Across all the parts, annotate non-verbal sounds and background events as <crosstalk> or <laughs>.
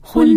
婚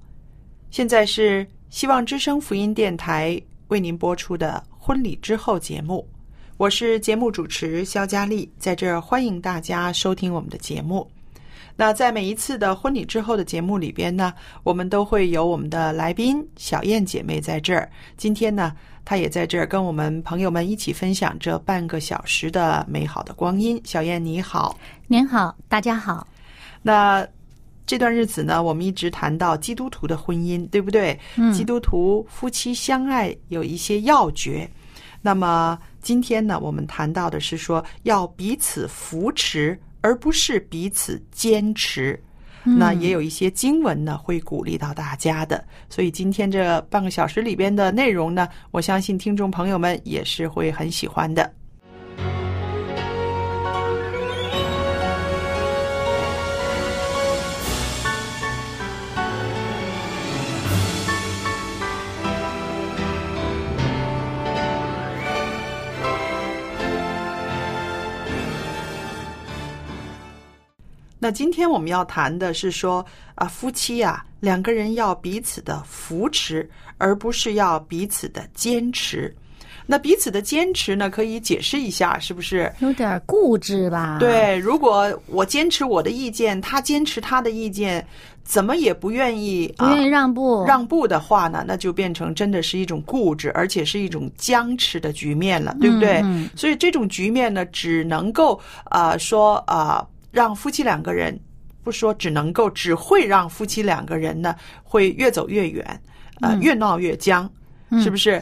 现在是希望之声福音电台为您播出的《婚礼之后》节目，我是节目主持肖佳丽，在这儿欢迎大家收听我们的节目。那在每一次的婚礼之后的节目里边呢，我们都会有我们的来宾小燕姐妹在这儿。今天呢，她也在这儿跟我们朋友们一起分享这半个小时的美好的光阴。小燕你好，您好，大家好。那这段日子呢，我们一直谈到基督徒的婚姻，对不对？嗯基督徒夫妻相爱有一些要诀。那么今天呢，我们谈到的是说要彼此扶持，而不是彼此坚持。嗯那也有一些经文呢，会鼓励到大家的。所以今天这半个小时里边的内容呢，我相信听众朋友们也是会很喜欢的。那今天我们要谈的是说啊，夫妻啊，两个人要彼此的扶持，而不是要彼此的坚持。那彼此的坚持呢，可以解释一下，是不是？有点固执吧？，对，如果我坚持我的意见，他坚持他的意见，怎么也不愿意不啊愿意让步，让步的话呢，那就变成真的是一种固执，而且是一种僵持的局面了，对不对？嗯所以这种局面呢，只能够呃说呃让夫妻两个人不说，只能够只会让夫妻两个人呢会越走越远，呃、嗯越闹越僵，是不是？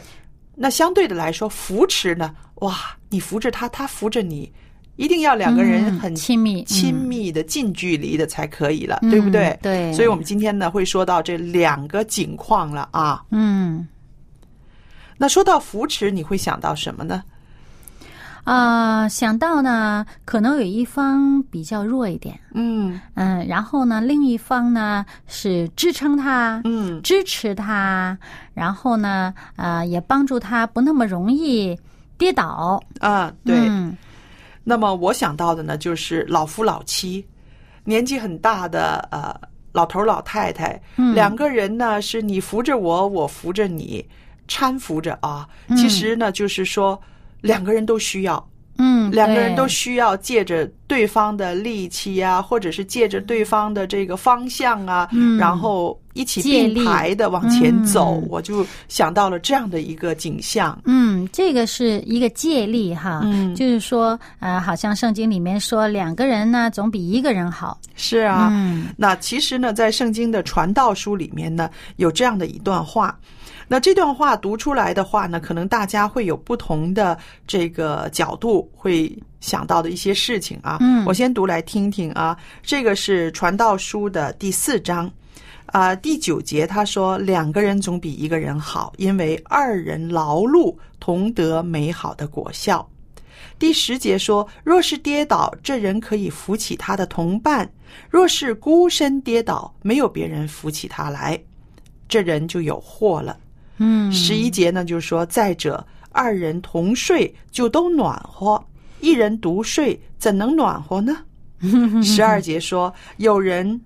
那相对的来说，扶持呢，哇，你扶着他，他扶着你，一定要两个人嗯很亲密，嗯亲，密的近距离的才可以了，嗯对不对？对所以我们今天呢会说到这两个景况了啊。嗯那说到扶持，你会想到什么呢？啊、想到呢，可能有一方比较弱一点，嗯嗯，然后呢，另一方呢是支撑他，嗯支持他，然后呢，呃，也帮助他不那么容易跌倒。啊，对。嗯那么我想到的呢，就是老夫老妻，年纪很大的呃老头老太太，嗯两个人呢是你扶着我，我扶着你，搀扶着啊。其实呢，就是说两个人都需要，嗯，两个人对都需要借着对方的力气啊，或者是借着对方的这个方向啊，嗯然后一起借并力排的往前走。嗯我就想到了这样的一个景象。嗯，这个是一个借力哈，嗯就是说，呃，好像圣经里面说，两个人呢总比一个人好。是啊，嗯那其实呢，在圣经的传道书里面呢，有这样的一段话。那这段话读出来的话呢，可能大家会有不同的这个角度，会想到的一些事情啊。嗯我先读来听听啊。这个是传道书的第四章，啊、第九节他说：“两个人总比一个人好，因为二人劳碌同得美好的果效。”第十节说：“若是跌倒，这人可以扶起他的同伴，若是孤身跌倒，没有别人扶起他来，这人就有祸了。嗯，十 <laughs> 一节呢，就是说，再者，二人同睡就都暖和，一人独睡怎能暖和呢？嗯十二节说，有人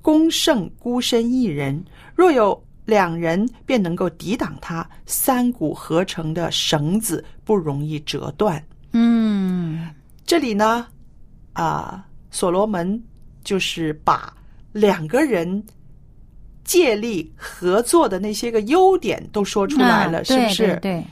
攻胜孤身一人，若有两人，便能够抵挡他。三股合成的绳子不容易折断。嗯这里呢，啊、所罗门就是把两个人借力合作的那些个优点都说出来了，啊是不对是？对对，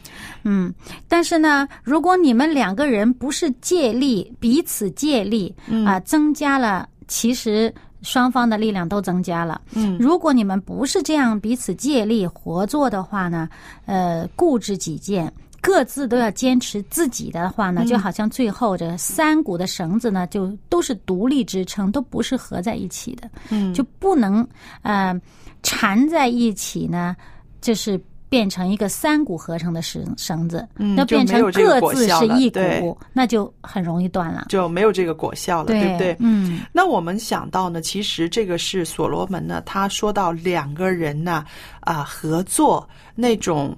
嗯。但是呢，如果你们两个人不是借力，彼此借力啊、嗯增加了，其实双方的力量都增加了。嗯如果你们不是这样彼此借力合作的话呢，呃，固执己见，各自都要坚持自己的话嗯呢，就好像最后这三股的绳子呢，就都是独立支撑，都不是合在一起的，嗯，就不能呃缠在一起呢，就是。变成一个三股合成的绳绳子，嗯那就变没成有这个各果自效是了一对股，那就很容易断了，就没有这个果效了，对不对？嗯那我们想到呢，其实这个是所罗门呢，他说到两个人呢，啊、合作那种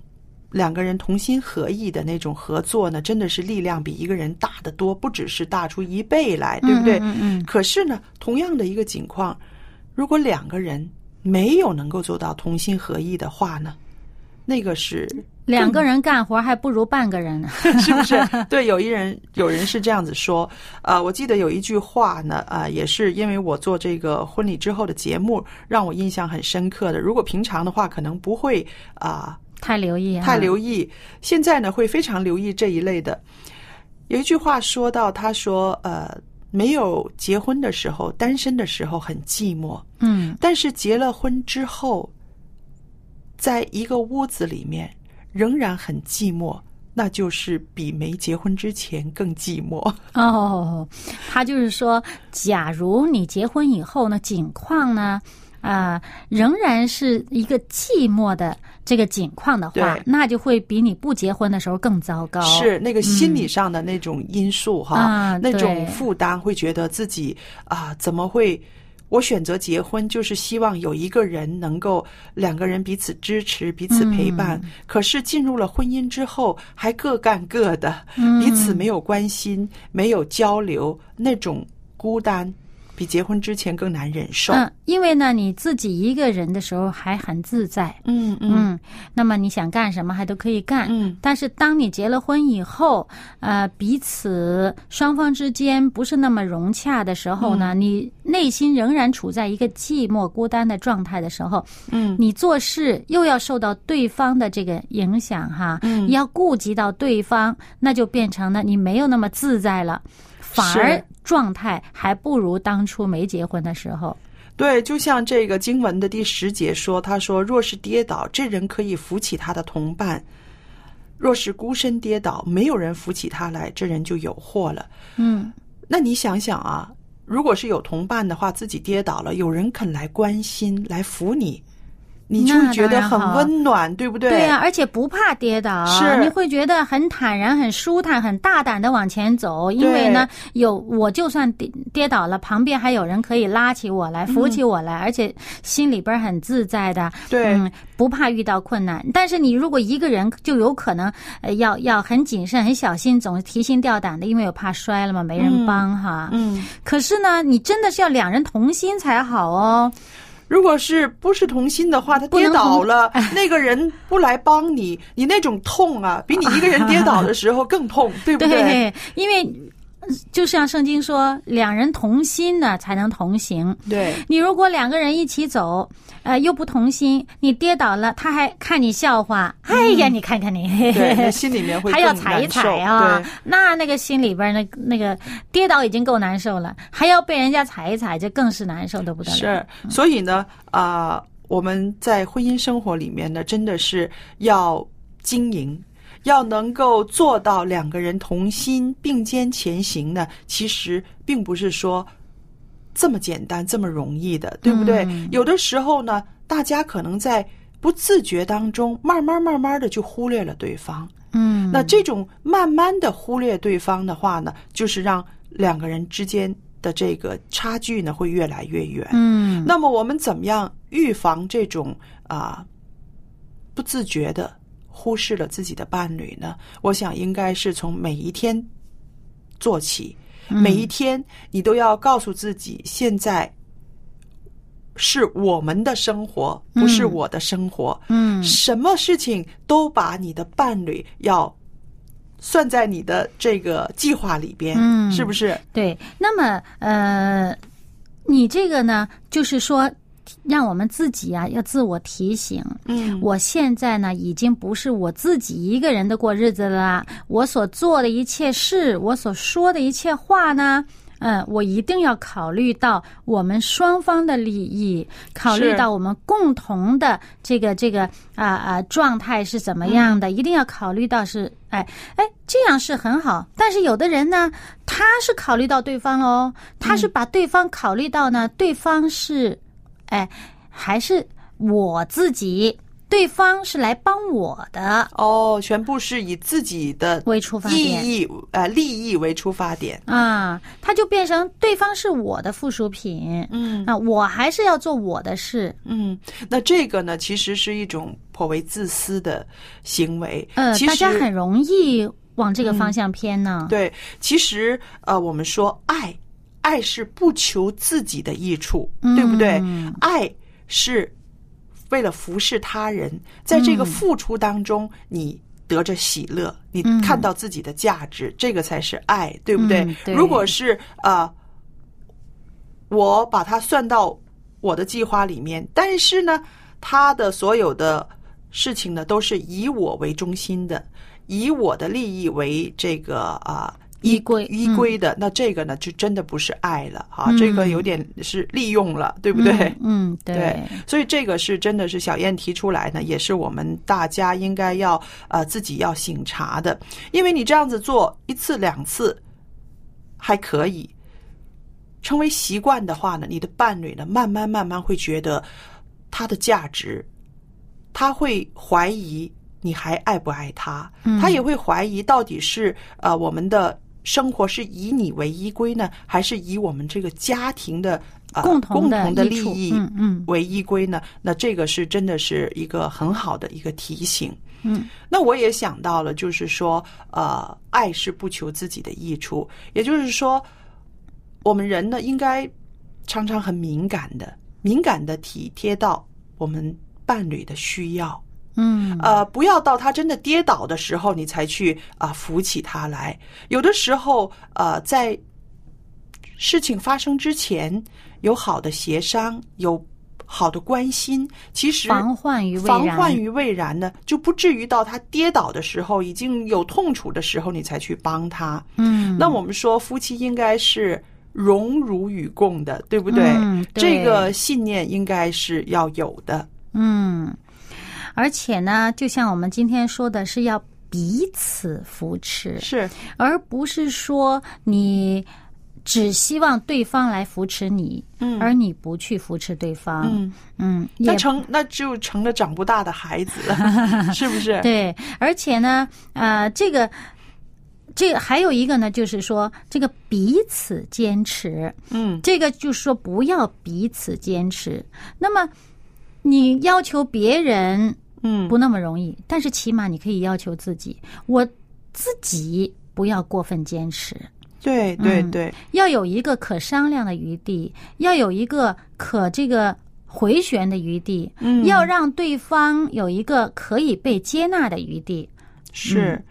两个人同心合意的那种合作呢，真的是力量比一个人大得多，不只是大出一倍来，对不对？嗯嗯可是呢，同样的一个情况，如果两个人没有能够做到同心合意的话呢，那个是两个人干活还不如半个人呢。 <laughs> 是不是？对，有一人有人是这样子说，呃，我记得有一句话呢，啊、也是因为我做这个婚礼之后的节目，让我印象很深刻的。如果平常的话，可能不会啊、太留意啊，太留意，现在呢会非常留意这一类的。有一句话说到，他说，呃，没有结婚的时候，单身的时候很寂寞，嗯但是结了婚之后，在一个屋子里面仍然很寂寞，那就是比没结婚之前更寂寞。哦，他就是说，假如你结婚以后呢，景况呢，啊、仍然是一个寂寞的这个景况的话对，那就会比你不结婚的时候更糟糕。是那个心理上的那种因素哈，啊那种对负担，会觉得自己啊、怎么会？我选择结婚，就是希望有一个人能够两个人彼此支持、彼此陪伴。嗯可是进入了婚姻之后，还各干各的，嗯彼此没有关心、没有交流，那种孤单比结婚之前更难忍受。嗯，因为呢，你自己一个人的时候还很自在，嗯嗯嗯，那么你想干什么还都可以干，嗯但是当你结了婚以后，呃，彼此双方之间不是那么融洽的时候嗯呢，你内心仍然处在一个寂寞孤单的状态的时候，嗯，你做事又要受到对方的这个影响哈，嗯要顾及到对方，那就变成了你没有那么自在了，反是而状态还不如当初没结婚的时候。对，就像这个经文的第十节说，他说：“若是跌倒，这人可以扶起他的同伴；若是孤身跌倒，没有人扶起他来，这人就有祸了。嗯，”那你想想啊，如果是有同伴的话，自己跌倒了，有人肯来关心、来扶你，你就那觉得当然很好温暖，对不对？对呀、啊而且不怕跌倒，啊是你会觉得很坦然、很舒坦、很大胆的往前走，因为呢，有我就算跌跌倒了，旁边还有人可以拉起我来、扶起我来，而且心里边很自在的，嗯对嗯，不怕遇到困难。但是你如果一个人，就有可能呃要要很谨慎、很小心，总是提心吊胆的，因为我怕摔了嘛，没人帮哈。嗯，可是呢，你真的是要两人同心才好哦。如果是不是同心的话，他不跌能倒同哎了，那个人不来帮你，你那种痛 <laughs> 啊，比你一个人跌倒的时候更痛，对不对？因为呃就像圣经说，两人同心呢才能同行。对。你如果两个人一起走，呃，又不同心，你跌倒了，他还看你笑话。哎呀，你看看你，嗯 <laughs> 对，那心里面会还要更踩一难受踩啊对，那那个心里边那那个跌倒已经够难受了，还要被人家踩一踩，这更是难受的不得了。嗯是，所以呢，啊、我们在婚姻生活里面呢，真的是要经营，要能够做到两个人同心并肩前行呢，其实并不是说这么简单、这么容易的，对不对？嗯有的时候呢，大家可能在不自觉当中，慢慢慢慢的就忽略了对方。嗯，那这种慢慢的忽略对方的话呢，就是让两个人之间的这个差距呢会越来越远。嗯，那么我们怎么样预防这种啊、不自觉的忽视了自己的伴侣呢？我想应该是从每一天做起，嗯每一天你都要告诉自己，现在是我们的生活，不是我的生活。嗯什么事情都把你的伴侣要算在你的这个计划里边，嗯是不是？对，那么呃，你这个呢，就是说，让我们自己啊，要自我提醒。嗯我现在呢，已经不是我自己一个人的过日子了。我所做的一切事，我所说的一切话呢，嗯，我一定要考虑到我们双方的利益，考虑是到我们共同的这个这个啊啊、状态是怎么样的，一定要考虑到是哎哎这样是很好。但是有的人呢，他是考虑到对方喽，他是把对方考虑到呢，对方是哎还是我自己，对方是来帮我的哦，全部是以自己的为出发意点。义呃利益为出发点。啊，他就变成对方是我的附属品，嗯啊，我还是要做我的事，嗯，那这个呢，其实是一种颇为自私的行为。呃，嗯其大家实很容易往这个方向偏呢。对，其实呃，我们说爱，爱是不求自己的益处，对不对？嗯爱是为了服侍他人，在这个付出当中，你。得着喜乐，你嗯嗯看到自己的价值，这个才是爱，对不对？嗯对如果是呃，我把它算到我的计划里面，但是呢，他的所有的事情呢，都是以我为中心的，以我的利益为这个啊。依归依嗯归的，那这个呢，就真的不是爱了哈、嗯这个有点是利用了，对不对？嗯，嗯对对，所以这个是真的是小燕提出来呢，也是我们大家应该要呃自己要醒察的，因为你这样子做一次两次还可以，成为习惯的话呢，你的伴侣呢慢慢慢慢会觉得他的价值，他会怀疑你还爱不爱他，嗯他也会怀疑到底是呃我们的。生活是以你为依归呢，还是以我们这个家庭的、啊呃、共共同的同的利益处益嗯嗯为依归呢？那这个是真的是一个很好的一个提醒。嗯，那我也想到了，就是说，呃，爱是不求自己的益处，也就是说，我们人呢应该常常很敏感的、敏感的体贴到我们伴侣的需要。嗯呃，不要到他真的跌倒的时候，你才去啊、扶起他来。有的时候，呃，在事情发生之前，有好的协商，有好的关心，其实防患于未防然患于未然呢，就不至于到他跌倒的时候，已经有痛楚的时候，你才去帮他。嗯，那我们说，夫妻应该是。荣辱与共的，对不对？嗯对这个信念应该是要有的。嗯，而且呢，就像我们今天说的，是要彼此扶持，是，而不是说你只希望对方来扶持你，嗯而你不去扶持对方，嗯，嗯，那也成那就成了长不大的孩子， <laughs> 是不是？对，而且呢，呃，这个。这个还有一个呢，就是说这个彼此坚持，嗯，这个就是说不要彼此坚持。那么你要求别人，嗯，不那么容易，但是起码你可以要求自己，我自己不要过分坚持，对对嗯对，要有一个可商量的余地，要有一个可这个回旋的余地，嗯要让对方有一个可以被接纳的余地。嗯是。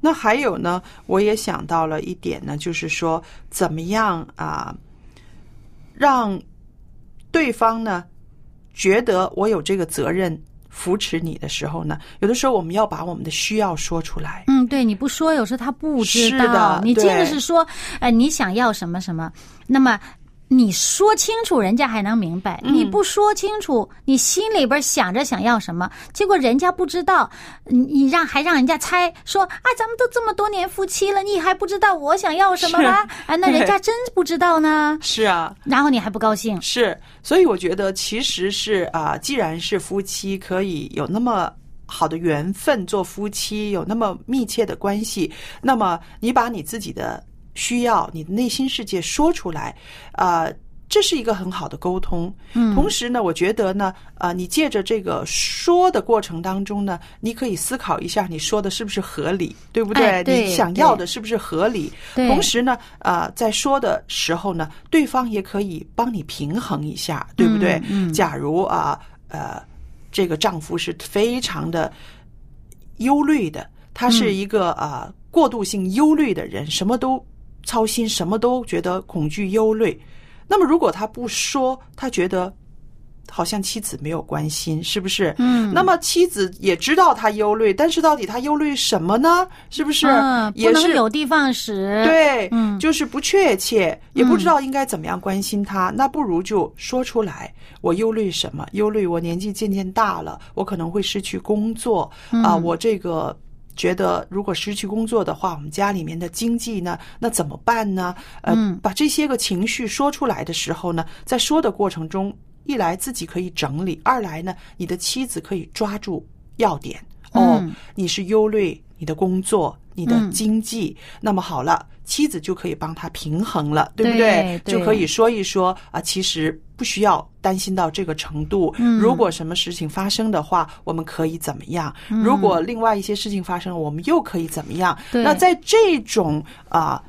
那还有呢，我也想到了一点呢，就是说怎么样啊，让对方呢觉得我有这个责任扶持你的时候呢，有的时候我们要把我们的需要说出来。嗯，对，你不说，有时候他不知是道嗯的。你对真的是说，呃，你想要什么什么，那么你说清楚，人家还能明白；你不说清楚，你心里边想着想要什么，结果人家不知道，你你让还让人家猜说啊，咱们都这么多年夫妻了，你还不知道我想要什么吗？啊，那人家真不知道呢，是啊，然后你还不高兴。是，所以我觉得其实是啊、既然是夫妻，可以有那么好的缘分做夫妻，有那么密切的关系，那么你把你自己的需要，你的内心世界说出来，啊、这是一个很好的沟通。嗯同时呢，我觉得呢，啊、你借着这个说的过程当中呢，你可以思考一下，你说的是不是合理，对不对？哎对你想要的是不是合理？对同时呢，啊，在说的时候呢，对方也可以帮你平衡一下，对不对？嗯嗯假如啊，呃，这个丈夫是非常的忧虑嗯的，他是一个啊、过度性忧虑的人，什么都操心，什么都觉得恐惧、忧虑。那么如果他不说，他觉得好像妻子没有关心，是不是？嗯那么妻子也知道他忧虑，但是到底他忧虑什么呢？是不是？嗯不也能是有的放矢。，对，嗯就是不确切，也不知道应该怎么样关心他。那不如就说出来，我忧虑什么？忧虑我年纪渐渐大了，我可能会失去工作啊、嗯我这个。觉得如果失去工作的话，我们家里面的经济呢，那怎么办呢？呃，嗯把这些个情绪说出来的时候呢，在说的过程中，一来自己可以整理，二来呢，你的妻子可以抓住要点。哦，嗯你是忧虑你的工作、你的嗯经济，那么好了，妻子就可以帮他平衡了，对不对对就可以说一说啊，其实不需要担心到这个程度。嗯如果什么事情发生的话，我们可以怎么样？如果另外一些事情发生，我们又可以怎么样？嗯对那在这种啊、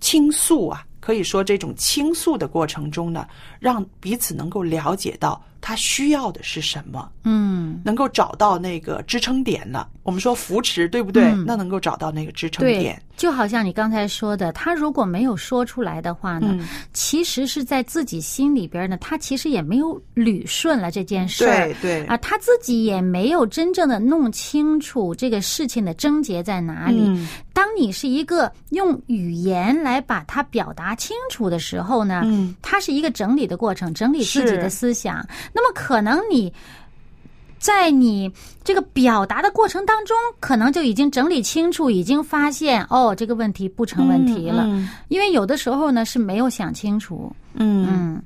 倾诉啊，可以说这种倾诉的过程中呢，让彼此能够了解到他需要的是什么。嗯，能够找到那个支撑点了。我们说扶持，对不对？嗯那能够找到那个支撑对点。，就好像你刚才说的，他如果没有说出来的话呢，嗯其实是在自己心里边呢，他其实也没有捋顺了这件事儿。对对啊，他自己也没有真正的弄清楚这个事情的症结在哪里。嗯当你是一个用语言来把它表达清楚的时候呢，嗯它是一个整理的过程，整理自己的是思想。那么可能你。在你这个表达的过程当中，可能就已经整理清楚，已经发现哦，这个问题不成问题了。嗯因为有的时候呢是没有想清楚，嗯嗯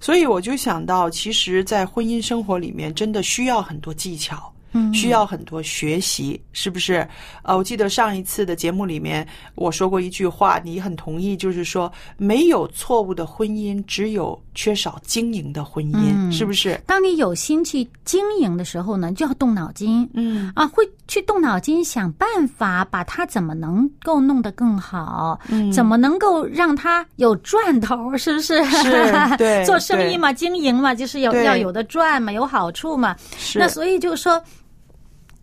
所以我就想到，其实，在婚姻生活里面，真的需要很多技巧。嗯需要很多学习，是不是？呃，我记得上一次的节目里面我说过一句话，你很同意，就是说没有错误的婚姻，只有缺少经营的婚姻，嗯是不是？当你有心去经营的时候呢，就要动脑筋，嗯啊，会去动脑筋想办法把它怎么能够弄得更好，嗯怎么能够让它有赚头，是不是？是对 <laughs> 做生意嘛，经营嘛，就是有对要有的赚嘛，有好处嘛。是那所以就是说，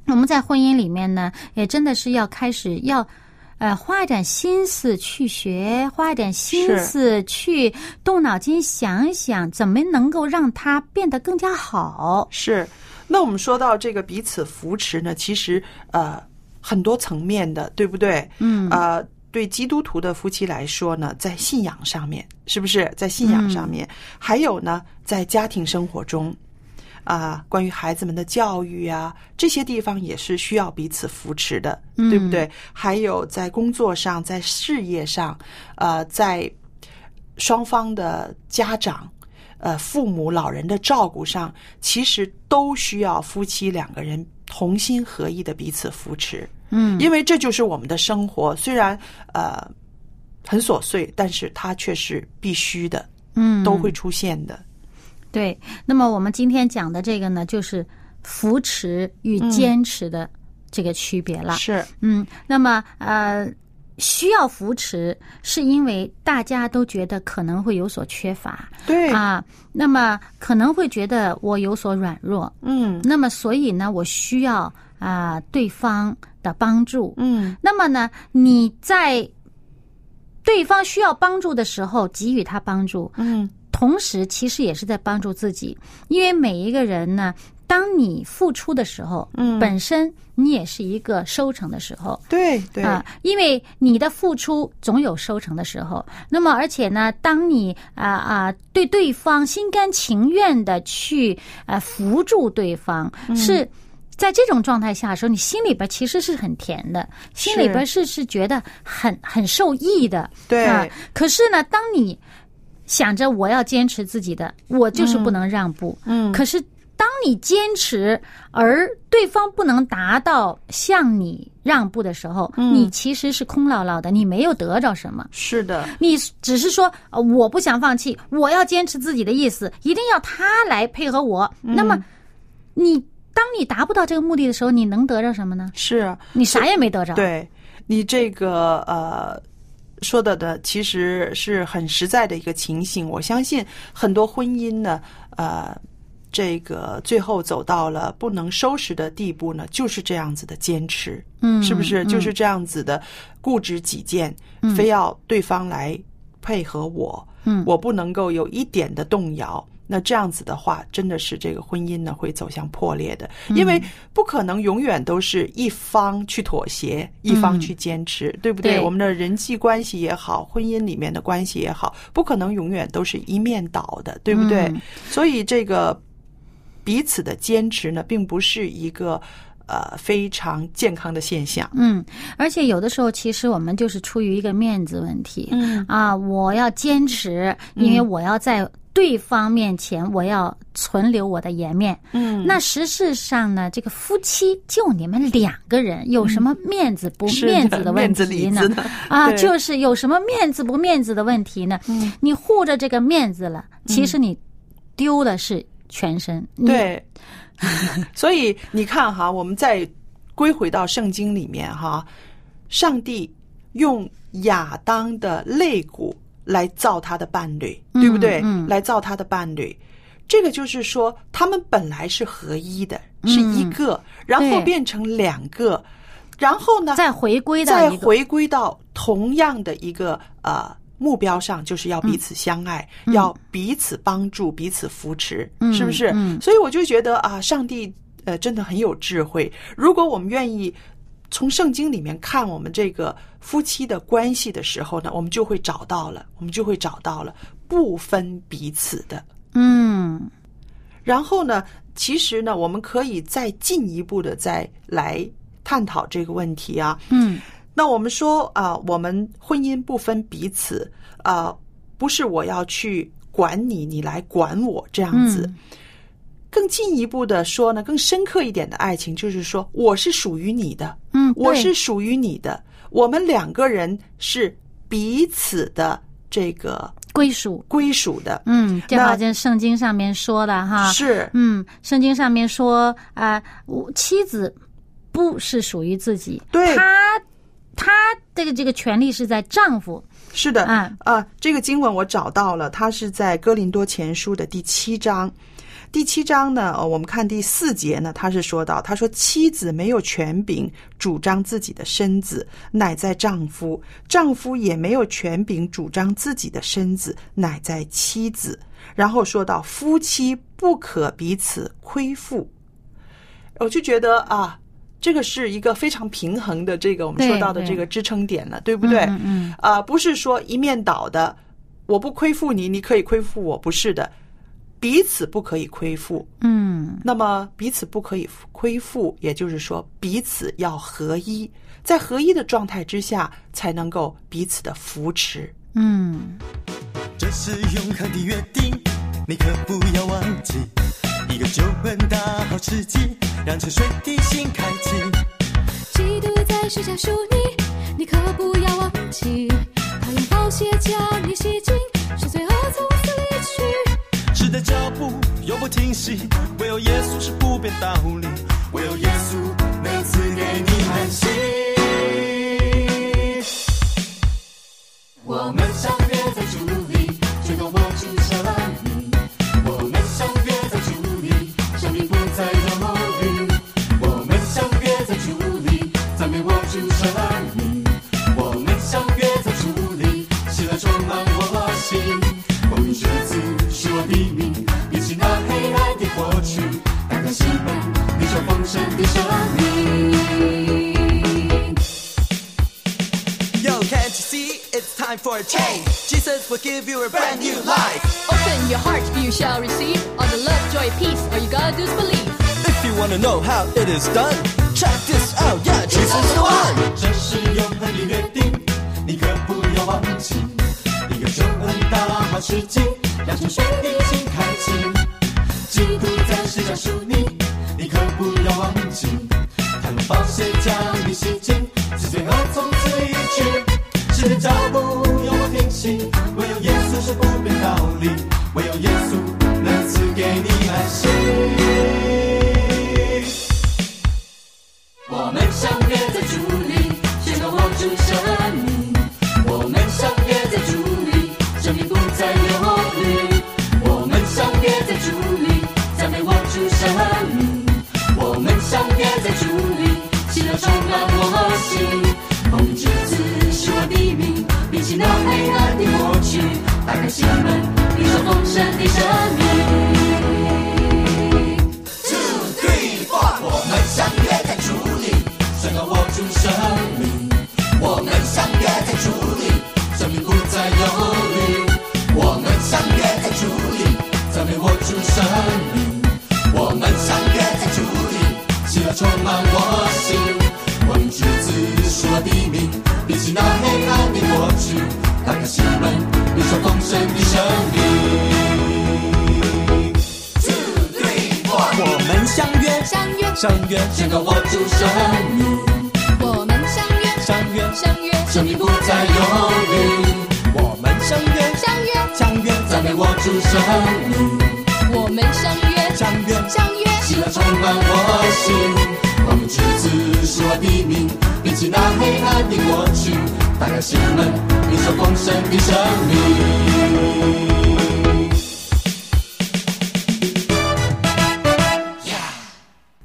我们在婚姻里面呢，也真的是要开始要。呃，花一点心思去学，花一点心是思去动脑筋想一想，怎么能够让它变得更加好。是，那我们说到这个彼此扶持呢，其实呃很多层面的，对不对？嗯呃，对基督徒的夫妻来说呢，在信仰上面，是不是在信仰上面？还有呢，在家庭生活中。啊，关于孩子们的教育啊，这些地方也是需要彼此扶持的，嗯对不对？还有在工作上，在事业上，呃，在双方的家长、呃父母、老人的照顾上，其实都需要夫妻两个人同心合意的彼此扶持，嗯，因为这就是我们的生活。虽然呃很琐碎，但是它却是必须的，嗯，都会出现的。对，那么我们今天讲的这个呢，就是扶持与坚持的这个区别了。嗯是，嗯那么呃，需要扶持，是因为大家都觉得可能会有所缺乏对，啊，那么可能会觉得我有所软弱，嗯那么所以呢，我需要啊、对方的帮助。嗯，那么呢，你在对方需要帮助的时候给予他帮助，嗯，同时其实也是在帮助自己，因为每一个人呢，当你付出的时候，嗯本身你也是一个收成的时候。对对，啊，因为你的付出总有收成的时候。那么，而且呢，当你啊啊、对对方心甘情愿的去呃扶助对方，是在这种状态下的时候，你心里边其实是很甜的，心里是边是是觉得很很受益的。对啊，可是呢，当你想着我要坚持自己的，我就是不能让步。嗯可是当你坚持，而对方不能达到向你让步的时候，嗯你其实是空落落的，你没有得着什么。是的，你只是说、呃我不想放弃，我要坚持自己的意思，一定要他来配合我。嗯那么，你当你达不到这个目的的时候，你能得着什么呢？是啊你啥也没得着。，对你这个呃说的的，其实是很实在的一个情形。我相信很多婚姻呢，呃，这个最后走到了不能收拾的地步呢，就是这样子的坚持，嗯，是不是？嗯就是这样子的固执己见，非要对方来配合我，嗯我不能够有一点的动摇。那这样子的话，真的是这个婚姻呢会走向破裂的，因为不可能永远都是一方去妥协，一方去坚持，对不嗯对？对我们的人际关系也好，婚姻里面的关系也好，不可能永远都是一面倒的，对不对？嗯所以这个彼此的坚持呢，并不是一个呃非常健康的现象。嗯，而且有的时候，其实我们就是出于一个面子问题、嗯啊，我要坚持，因为我要在对方面前，我要存留我的颜面。嗯，那实事上呢，这个夫妻就你们两个人，有什么面子不是的面子的问面子题里呢子？呢？啊，对就是有什么面子不面子的问题呢？嗯你护着这个面子了，其实你丢的是全身。你，对， <laughs> 所以你看哈，我们再归回到圣经里面哈，上帝用亚当的肋骨来造他的伴侣，嗯对不对？嗯来造他的伴侣，这个就是说，他们本来是合一的，是一个，然后嗯对变成两个，然后呢，再回归到再一个回归到同样的一个呃目标上，就是要彼此相爱，要彼此帮助、彼此扶持，嗯是不是？嗯所以我就觉得啊，上帝呃真的很有智慧。如果我们愿意从圣经里面看我们这个夫妻的关系的时候呢，我们就会找到了，我们就会找到了不分彼此的。嗯然后呢，其实呢，我们可以再进一步的再来探讨这个问题啊。嗯那我们说啊、我们婚姻不分彼此啊、不是我要去管你，你来管我这样子。嗯更进一步的说呢，更深刻一点的爱情，就是说我是属于你的，嗯，我对是属于你的，我们两个人是彼此的这个归属。归属的，嗯，就那好像圣经上面说的哈，是嗯，圣经上面说啊、我妻子不是属于自己，对她她这个这个权利是在丈夫。是的，嗯啊，这个经文我找到了，它是在哥林多前书的第七章。第七章呢，呃我们看第四节呢，他是说到，他说妻子没有权柄主张自己的身子，乃在丈夫；丈夫也没有权柄主张自己的身子，乃在妻子。然后说到夫妻不可彼此亏负，我就觉得啊，这个是一个非常平衡的这个我们说对到的对这个支撑点了，对不对？嗯嗯啊、不是说一面倒的，我不亏负你，你可以亏负我，不是的，彼此不可以亏负。嗯，那么彼此不可以亏负，也就是说彼此要合一，在合一的状态之下，才能够彼此的扶持。嗯这是永恒的约定，你可不要忘记。一个酒本大好时机，让沉睡的心开启。基督在十字架属你，你可不要忘记。他用宝血将你洗净，使罪恶从此离去。时代脚步永不停息，唯有耶稣是不变道理，唯有耶稣能赐给你安息。我们相约在主里，直到我只剩你。我们相约在主里，生命不再忧虑。我们相约在主里，赞美我主生命。我们相约在主里，喜乐充满我心。我与这次是我的命，比起那黑暗的过去，打开心门，领受丰盛的生命。 Yo, can't you see? It's time for a change. Jesus will give you a brand new life. Open your heart, you shall receive all the love, joy, peace. All you gotta do is believe. If you wanna know how it is done, check this out. Yeah, Jesus is the one. 这是永恒的约定，你可不要忘记。一个救恩大好时机，让沉睡的心开启。基督在十谁叫淑女，你可不要忘记，她用宝血将你洗净，是罪恶从此一去。时间脚步永不停息，唯有耶稣是不变道理，唯有耶稣能赐给你安息。我们相约在主里，宣告我主神明。我们相约在主里，生命不再忧虑。我们相约在主里，赞美我主神明。我们相约在主里，喜乐充满我心。红日子是我的命，比起那黑暗的过去，打开心门，领受丰盛的生命。Two three four，我们相约在主里，宣告我主生命。我们相约在主里，生命不再忧虑。我们相约在主里，赞美我主生命。我们相约在主里，喜乐充满我心。我们日子是我的命，比起那黑暗的过去，打开心门，领受丰盛的生命。Two three four，我们相约，相约，相约，宣告我主生命。我们相约，相约，相约，生命不再忧虑，我们相约，相约，相约，赞美我主生命，我们相约，相约，相约，喜乐充满我心。我们之子是我的名，比起那黑暗的过去，打开心门，领受丰盛的生命。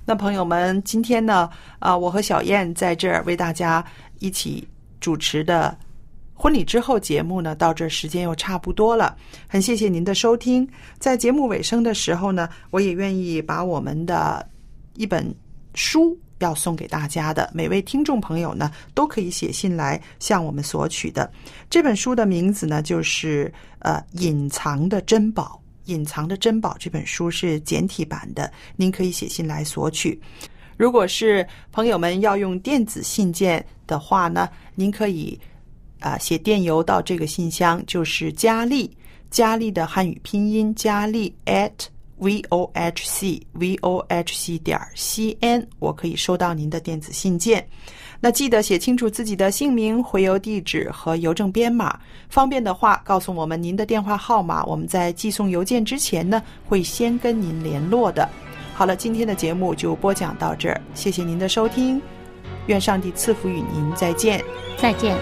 那朋友们，今天呢，啊，我和小燕在这儿为大家一起主持的婚礼之后节目呢，到这儿时间又差不多了。很谢谢您的收听。在节目尾声的时候呢，我也愿意把我们的一本书要送给大家的，每位听众朋友呢，都可以写信来向我们索取的。这本书的名字呢，就是呃《隐藏的珍宝》。《隐藏的珍宝》这本书是简体版的，您可以写信来索取。如果是朋友们要用电子信件的话呢，您可以啊、写电邮到这个信箱，就是佳丽，佳丽的汉语拼音佳丽 at v o h c v o h c 点 c n，我可以收到您的电子信件。那记得写清楚自己的姓名、回邮地址和邮政编码。方便的话，告诉我们您的电话号码，我们在寄送邮件之前呢，会先跟您联络的。好了，今天的节目就播讲到这儿，谢谢您的收听，愿上帝赐福与您，再见。再见。